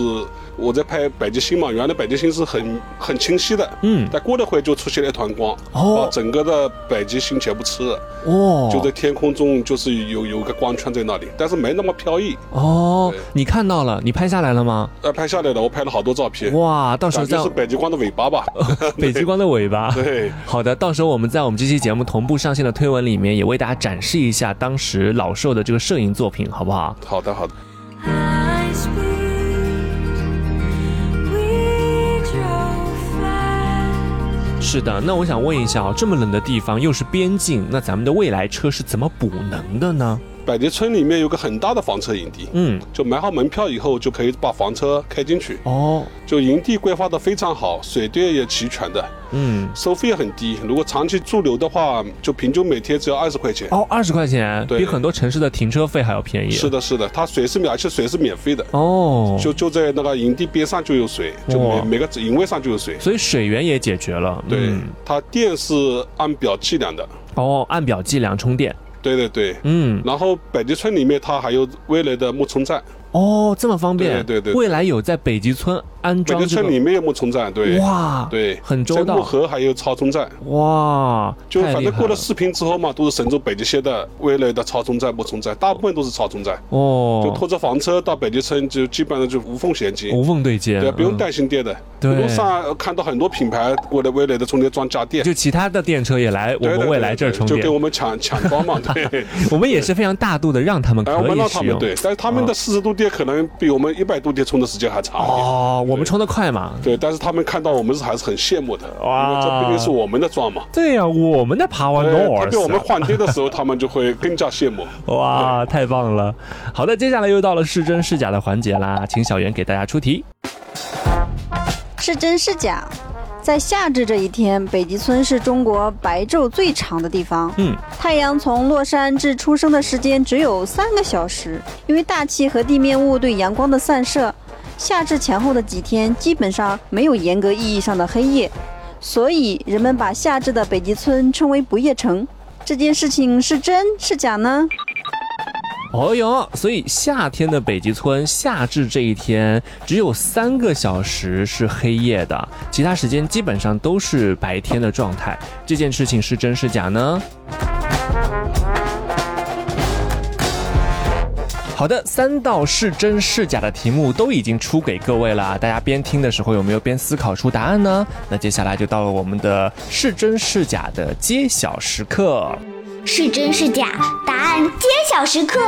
[SPEAKER 2] 我在拍北极星嘛，原来北极星是很很清晰的，
[SPEAKER 1] 嗯
[SPEAKER 2] 但过了会就出现了一团光，
[SPEAKER 1] 哦
[SPEAKER 2] 把整个的北极星全部吃了，
[SPEAKER 1] 哦，
[SPEAKER 2] 就在天空中就是有有个光圈在那里，但是没那么飘逸。
[SPEAKER 1] 哦
[SPEAKER 2] 对，
[SPEAKER 1] 你看到了，你拍下来了吗？
[SPEAKER 2] 呃，拍下来了，我拍了好多照片，
[SPEAKER 1] 哇，到时候
[SPEAKER 2] 感
[SPEAKER 1] 在
[SPEAKER 2] 觉是北极光的尾巴吧？
[SPEAKER 1] 北极光的尾巴。
[SPEAKER 2] 对，
[SPEAKER 1] 好的，到时候我们在我们这期节目同步上线的推文里面，也为大家展示一下当时老寿的这个摄影作品，好不好？
[SPEAKER 2] 好的好的。
[SPEAKER 1] 是的，那我想问一下啊，这么冷的地方又是边境，那咱们的未来车是怎么补能的呢？
[SPEAKER 2] 百迪村里面有个很大的房车营地，
[SPEAKER 1] 嗯，
[SPEAKER 2] 就买好门票以后就可以把房车开进去。
[SPEAKER 1] 哦，
[SPEAKER 2] 就营地规划的非常好，水电也齐全的，
[SPEAKER 1] 嗯，
[SPEAKER 2] 收费也很低。如果长期驻留的话，就平均每天只要二十块钱。
[SPEAKER 1] 哦，二十块钱，
[SPEAKER 2] 对
[SPEAKER 1] 比很多城市的停车费还要便宜。
[SPEAKER 2] 是。的，是的，它水是免，而且水是免费的。
[SPEAKER 1] 哦，
[SPEAKER 2] 就就在那个营地边上就有水，就
[SPEAKER 1] 哇
[SPEAKER 2] 每每个营位上就有水。
[SPEAKER 1] 所以水源也解决了。
[SPEAKER 2] 对
[SPEAKER 1] 嗯，
[SPEAKER 2] 它电是按表计量的。
[SPEAKER 1] 哦，按表计量充电。
[SPEAKER 2] 对对对。
[SPEAKER 1] 嗯，
[SPEAKER 2] 然后百迪村里面它还有未来的木冲站，
[SPEAKER 1] 哦，这么方便。
[SPEAKER 2] 对对对对
[SPEAKER 1] 未来有在北极村安
[SPEAKER 2] 百
[SPEAKER 1] 装
[SPEAKER 2] 迪
[SPEAKER 1] 这
[SPEAKER 2] 村
[SPEAKER 1] 个
[SPEAKER 2] 里。面有木冲站，对。
[SPEAKER 1] 哇，
[SPEAKER 2] 对，
[SPEAKER 1] 很周
[SPEAKER 2] 在木
[SPEAKER 1] 到。
[SPEAKER 2] 河还有超充站，
[SPEAKER 1] 哇，
[SPEAKER 2] 就
[SPEAKER 1] 太
[SPEAKER 2] 反
[SPEAKER 1] 厉
[SPEAKER 2] 正
[SPEAKER 1] 害
[SPEAKER 2] 过了
[SPEAKER 1] 了
[SPEAKER 2] 视频之后嘛，都是神州北极线的未来的超充站、木充站，大部分都是超充站，就
[SPEAKER 1] 哦，
[SPEAKER 2] 拖着房车到北极村，就基本上就无缝衔接。
[SPEAKER 1] 无缝对接，
[SPEAKER 2] 对，不用
[SPEAKER 1] 嗯。
[SPEAKER 2] 担心电的。
[SPEAKER 1] 对
[SPEAKER 2] 路上看到很多品牌过来未来的充电桩加
[SPEAKER 1] 嗯
[SPEAKER 2] 电，
[SPEAKER 1] 就其他的电车也来我
[SPEAKER 2] 对对
[SPEAKER 1] 们未
[SPEAKER 2] 对
[SPEAKER 1] 来这儿
[SPEAKER 2] 对
[SPEAKER 1] 充
[SPEAKER 2] 就
[SPEAKER 1] 电
[SPEAKER 2] 给，我们抢抢 装嘛，对。
[SPEAKER 1] 我们也是非常大度的让他们可
[SPEAKER 2] 然后我们
[SPEAKER 1] 以
[SPEAKER 2] 让他
[SPEAKER 1] 使
[SPEAKER 2] 们
[SPEAKER 1] 用。啊
[SPEAKER 2] 对，但是他们的四十度电可能比我们一百度电充的时间还长一点。
[SPEAKER 1] 哦，我们充的快嘛？
[SPEAKER 2] 对，但是他们看到我们是还是很羡慕的，
[SPEAKER 1] 哇
[SPEAKER 2] 因为这毕竟是我们的装嘛。
[SPEAKER 1] 对呀、我们的 Power
[SPEAKER 2] 对，特别我们
[SPEAKER 1] North 啊
[SPEAKER 2] 换电的时候，他们就会更加 羡慕。
[SPEAKER 1] 哇，太棒了！好的，接下来又到了是真是假的环节啦，请小袁给大家出题。
[SPEAKER 3] 是真是假？在夏至这一天，北极村是中国白昼最长的地方。
[SPEAKER 1] 嗯，
[SPEAKER 3] 太阳从落山至出生的时间只有三个小时，因为大气和地面雾对阳光的散射，夏至前后的几天基本上没有严格意义上的黑夜，所以人们把夏至的北极村称为不夜城。这件事情是真是假呢？
[SPEAKER 1] 哦哟，所以夏天的北极村，夏至这一天只有三个小时是黑夜的，其他时间基本上都是白天的状态。这件事情是真是假呢？好的，三道是真是假的题目都已经出给各位了，大家边听的时候有没有边思考出答案呢？那接下来就到了我们的是真是假的揭晓时刻。
[SPEAKER 5] 是真是假？答案揭晓时刻。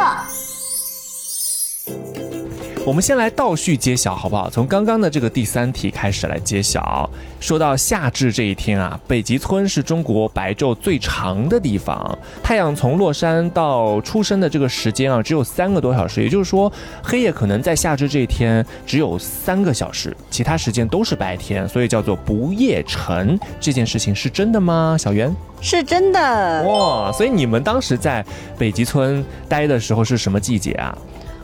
[SPEAKER 1] 我们先来倒序揭晓，好不好？从刚刚的这个第三题开始来揭晓。说到夏至这一天啊，北极村是中国白昼最长的地方，太阳从落山到出生的这个时间啊，只有三个多小时，也就是说，黑夜可能在夏至这一天只有三个小时，其他时间都是白天，所以叫做不夜城。这件事情是真的吗？小袁？
[SPEAKER 3] 是真的。
[SPEAKER 1] 哇，哦所以你们当时在北极村待的时候是什么季节啊？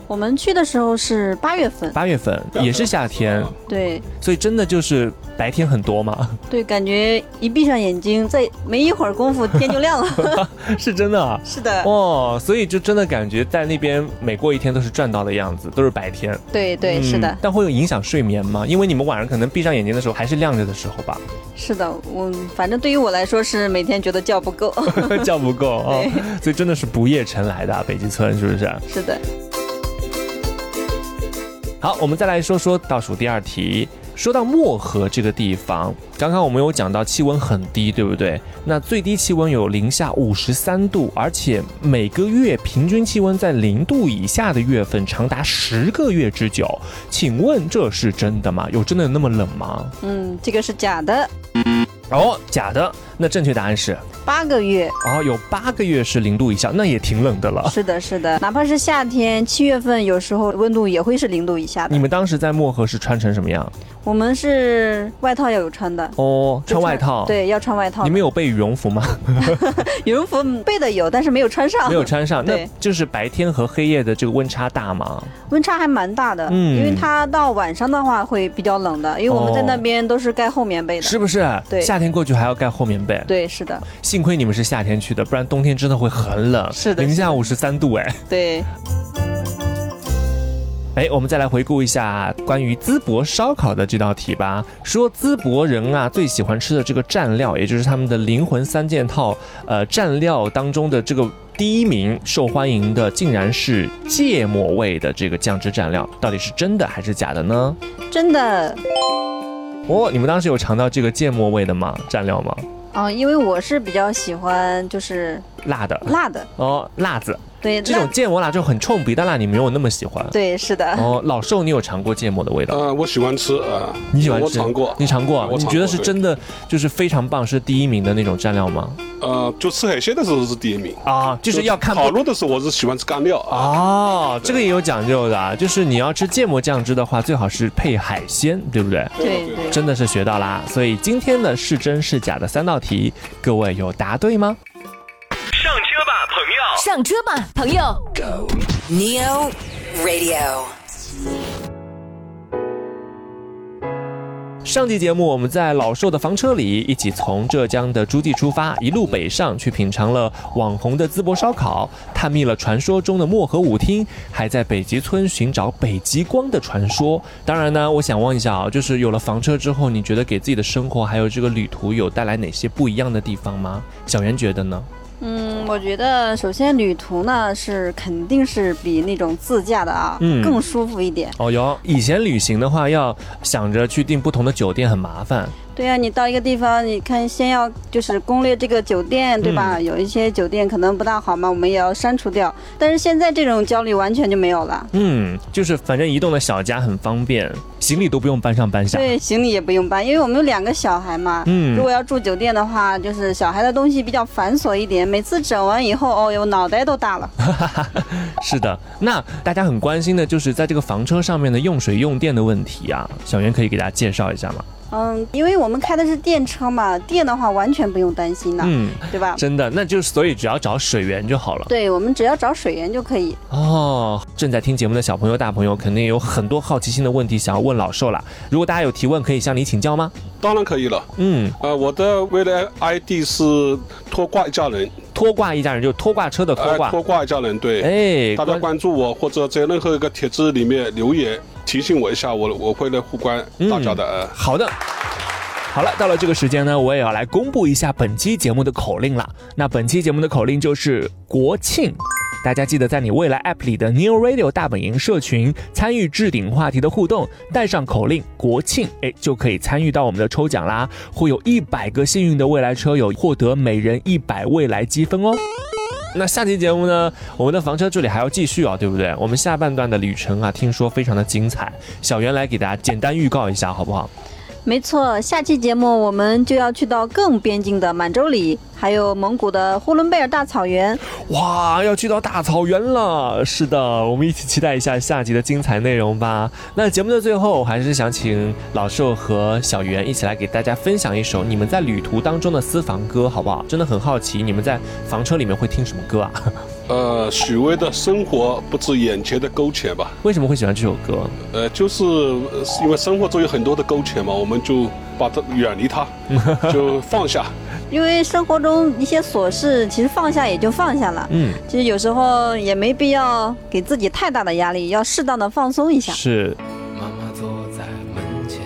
[SPEAKER 3] 我们去的时候是八月份，
[SPEAKER 1] 八月份，也是夏天。
[SPEAKER 3] 对
[SPEAKER 1] 所以真的就是白天很多吗？
[SPEAKER 3] 对，感觉一闭上眼睛，再没一会儿功夫天就 亮了。
[SPEAKER 1] 是真的啊。
[SPEAKER 3] 是的，
[SPEAKER 1] 哦，所以就真的感觉在那边每过一天都是赚到的样子，都是白天。
[SPEAKER 3] 对对，是的
[SPEAKER 1] 嗯，但会有影响睡眠吗？因为你们晚上可能闭上眼睛的时候还是亮着的时候 吧，
[SPEAKER 3] 是的，我反正对于我来说是每天觉得觉不够。
[SPEAKER 1] 觉不够哦。所以真的是不夜城来的啊、北极村，是不是？
[SPEAKER 3] 是的，
[SPEAKER 1] 好，我们再来说说倒数第二题。说到漠河这个地方，刚刚我们有讲到气温很低，对不对？那最低气温有零下五十三度，而且每个月平均气温在零度以下的月份长达十个月之久。请问这是真的吗？有真的有那么冷吗？
[SPEAKER 3] 嗯，这个是假的，
[SPEAKER 1] 哦，假的。那正确答案是，
[SPEAKER 3] 八个月。
[SPEAKER 1] 哦，有八个月是零度以下，那也挺冷的了。
[SPEAKER 3] 是的，是的，哪怕是夏天，七月份有时候温度也会是零度以下
[SPEAKER 1] 你
[SPEAKER 3] 的。
[SPEAKER 1] 们当时在漠河是穿成什么样？
[SPEAKER 3] 我们是外套要有穿的，
[SPEAKER 1] 哦，
[SPEAKER 3] 就
[SPEAKER 1] 穿外套。。
[SPEAKER 3] 对，要穿外套。
[SPEAKER 1] 你们有备羽绒服吗？
[SPEAKER 3] 羽绒服备的有，但是没有穿上。
[SPEAKER 1] 没有穿上，那
[SPEAKER 3] 哦对
[SPEAKER 1] 就是白天和黑夜的这个温差大吗？
[SPEAKER 3] 温差还蛮大的，
[SPEAKER 1] 嗯
[SPEAKER 3] 因为它到晚上的话会比较冷的，因为我们在那边都是盖厚棉被的。
[SPEAKER 1] 是不是？
[SPEAKER 3] 对
[SPEAKER 1] 夏天过去还要盖厚棉被。
[SPEAKER 3] 对，是的，
[SPEAKER 1] 幸亏你们是夏天去的，不然冬天真的会很冷，
[SPEAKER 3] 是的
[SPEAKER 1] 零
[SPEAKER 3] 是
[SPEAKER 1] 下五十三度哎。
[SPEAKER 3] 对，
[SPEAKER 1] 哎，我们再来回顾一下关于淄博烧烤的这道题吧。说淄博人啊最喜欢吃的这个蘸料，也就是他们的灵魂三件套，呃，蘸料当中的这个第一名受欢迎的，竟然是芥末味的这个酱汁蘸料，到底是真的还是假的呢？
[SPEAKER 3] 真的，
[SPEAKER 1] 哦，你们当时有尝到这个芥末味的吗？蘸料吗？
[SPEAKER 3] 啊、因为我是比较喜欢就是
[SPEAKER 1] 辣的
[SPEAKER 3] 辣的，
[SPEAKER 1] 哦，辣子
[SPEAKER 3] 对，
[SPEAKER 1] 这种
[SPEAKER 3] 辣
[SPEAKER 1] 芥末辣就很冲鼻的辣，你没有那么喜欢。
[SPEAKER 3] 对，是的，
[SPEAKER 1] 哦，老寿，你有尝过芥末的味道？
[SPEAKER 2] 嗯，我喜欢吃啊，
[SPEAKER 1] 你喜欢吃？
[SPEAKER 2] 我尝过，
[SPEAKER 1] 你呃尝过？
[SPEAKER 2] 我
[SPEAKER 1] 你
[SPEAKER 2] 尝
[SPEAKER 1] 觉得
[SPEAKER 2] 过
[SPEAKER 1] 是
[SPEAKER 2] 对
[SPEAKER 1] 真的就是非常棒，是第一名的那种蘸料吗？
[SPEAKER 2] 呃，就吃海鲜的时候是第一名，
[SPEAKER 1] 啊，就是要看
[SPEAKER 2] 烤
[SPEAKER 1] 不。
[SPEAKER 2] 肉的时候我是喜欢吃干料啊。
[SPEAKER 1] 哦，这个也有讲究的啊，就是你要吃芥末酱汁的话，最好是配海鲜，对不对？
[SPEAKER 3] 对
[SPEAKER 2] 对
[SPEAKER 3] 对，
[SPEAKER 1] 真的是学到啦！所以今天的是真是假的三道题，各位有答对吗？
[SPEAKER 8] 上车吧，朋友。
[SPEAKER 6] Neo Radio。
[SPEAKER 1] 上期节目我们在老寿的房车里，一起从浙江的诸暨出发，一路北上去品尝了网红的淄博烧烤，探秘了传说中的漠河舞厅，还在北极村寻找北极光的传说。当然呢，我想问一下啊，就是有了房车之后，你觉得给自己的生活还有这个旅途有带来哪些不一样的地方吗？小袁觉得呢？
[SPEAKER 3] 嗯，我觉得首先旅途呢是肯定是比那种自驾的啊、
[SPEAKER 1] 嗯
[SPEAKER 3] 更舒服一点。
[SPEAKER 1] 哦哟，以前旅行的话，要想着去订不同的酒店很麻烦，
[SPEAKER 3] 对啊，你到一个地方，你看先要就是攻略这个酒
[SPEAKER 1] 嗯
[SPEAKER 3] 店，对吧？有一些酒店可能不大好嘛，我们也要删除掉。但是现在这种焦虑完全就没有了，
[SPEAKER 1] 嗯，就是反正移动的小家很方便，行李都不用搬上搬下。
[SPEAKER 3] 对，行李也不用搬，因为我们有两个小孩嘛。
[SPEAKER 1] 嗯
[SPEAKER 3] 如果要住酒店的话，就是小孩的东西比较繁琐一点，每次整完以后，哦哟，脑袋都大 了。
[SPEAKER 1] 是的，那大家很关心的就是在这个房车上面的用水用电的问题啊，小袁可以给大家介绍一下吗？
[SPEAKER 3] 嗯，因为我们开的是电车嘛，电的话完全不用担心了，
[SPEAKER 1] 嗯，
[SPEAKER 3] 对吧？
[SPEAKER 1] 真的，那就是所以只要找水源就好了。
[SPEAKER 3] 对，我们只要找水源就可以。
[SPEAKER 1] 哦，正在听节目的小朋友、大朋友肯定有很多好奇心的问题想要问老寿啦。如果大家有提问，可以向你请教吗？
[SPEAKER 2] 当然可以了。
[SPEAKER 1] 嗯，
[SPEAKER 2] 呃，我的未来 ID 是拖挂一家人，
[SPEAKER 1] 拖挂一家人就拖挂车的拖
[SPEAKER 2] 呃，
[SPEAKER 1] 挂
[SPEAKER 2] 拖，挂一家人，对。
[SPEAKER 1] 哎，
[SPEAKER 2] 大家
[SPEAKER 1] 关
[SPEAKER 2] 关注我，或者在任何一个帖子里面留言提醒我一下，我我会来互关大家的。呃
[SPEAKER 1] 好的。好了，到了这个时间呢，我也要来公布一下本期节目的口令了。那本期节目的口令就是国庆。大家记得在你未来 App 里的 New Radio 大本营社群参与置顶话题的互动，带上口令“国庆”，哎，就可以参与到我们的抽奖啦！会有一百个幸运的未来车友获得每人一百未来积分哦。那下期节目呢，我们的房车这里还要继续啊，对不对？我们下半段的旅程啊，听说非常的精彩。小袁来给大家简单预告一下，好不好？
[SPEAKER 3] 没错，下期节目我们就要去到更边境的满洲里，还有蒙古的呼伦贝尔大草原。
[SPEAKER 1] 哇，要去到大草原了！是的，我们一起期待一下下集的精彩内容吧。那节目的最后，我还是想请老寿和小袁一起来给大家分享一首你们在旅途当中的私房歌，好不好？真的很好奇，你们在房车里面会听什么歌啊？
[SPEAKER 2] 呃，许巍的生活不止眼前的苟且吧，
[SPEAKER 1] 为什么会喜欢这首歌？
[SPEAKER 2] 呃，就是呃因为生活中有很多的苟且嘛，我们就把它 远离它，就放下。
[SPEAKER 3] 因为生活中一些琐事，其实放下也就放下了。
[SPEAKER 1] 嗯，
[SPEAKER 3] 其实有时候也没必要给自己太大的压力，要适当的放松一下。
[SPEAKER 1] 是，
[SPEAKER 7] 妈妈坐在门前，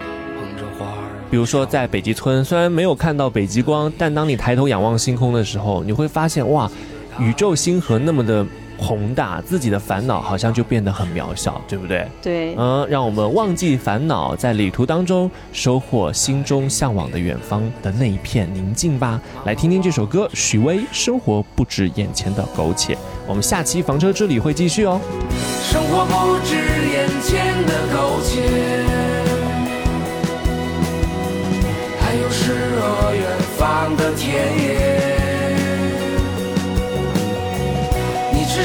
[SPEAKER 7] 捧着花儿。
[SPEAKER 1] 比如说在北极村，虽然没有看到北极光，但当你抬头仰望星空的时候，你会发现哇，宇宙星河那么的宏大，自己的烦恼好像就变得很渺小，对不对？
[SPEAKER 3] 对，
[SPEAKER 1] 嗯，让我们忘记烦恼，在旅途当中收获心中向往的远方的那一片宁静吧。来听听这首歌，许巍《生活不止眼前的苟且》。我们下期房车之旅会继续哦。
[SPEAKER 7] 生活不止眼前的苟且，还有诗和远方的田野。你赤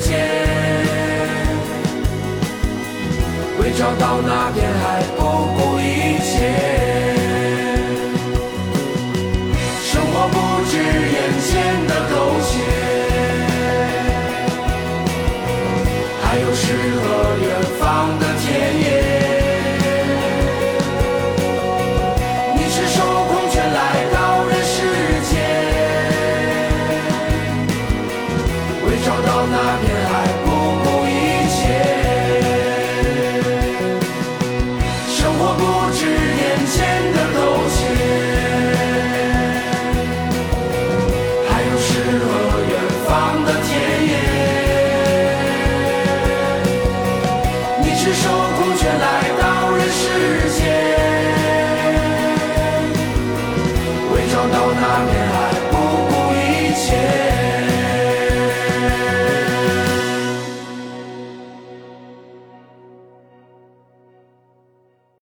[SPEAKER 7] 间，为找到那片海不顾一切。生活不止眼前的苟且，还有诗。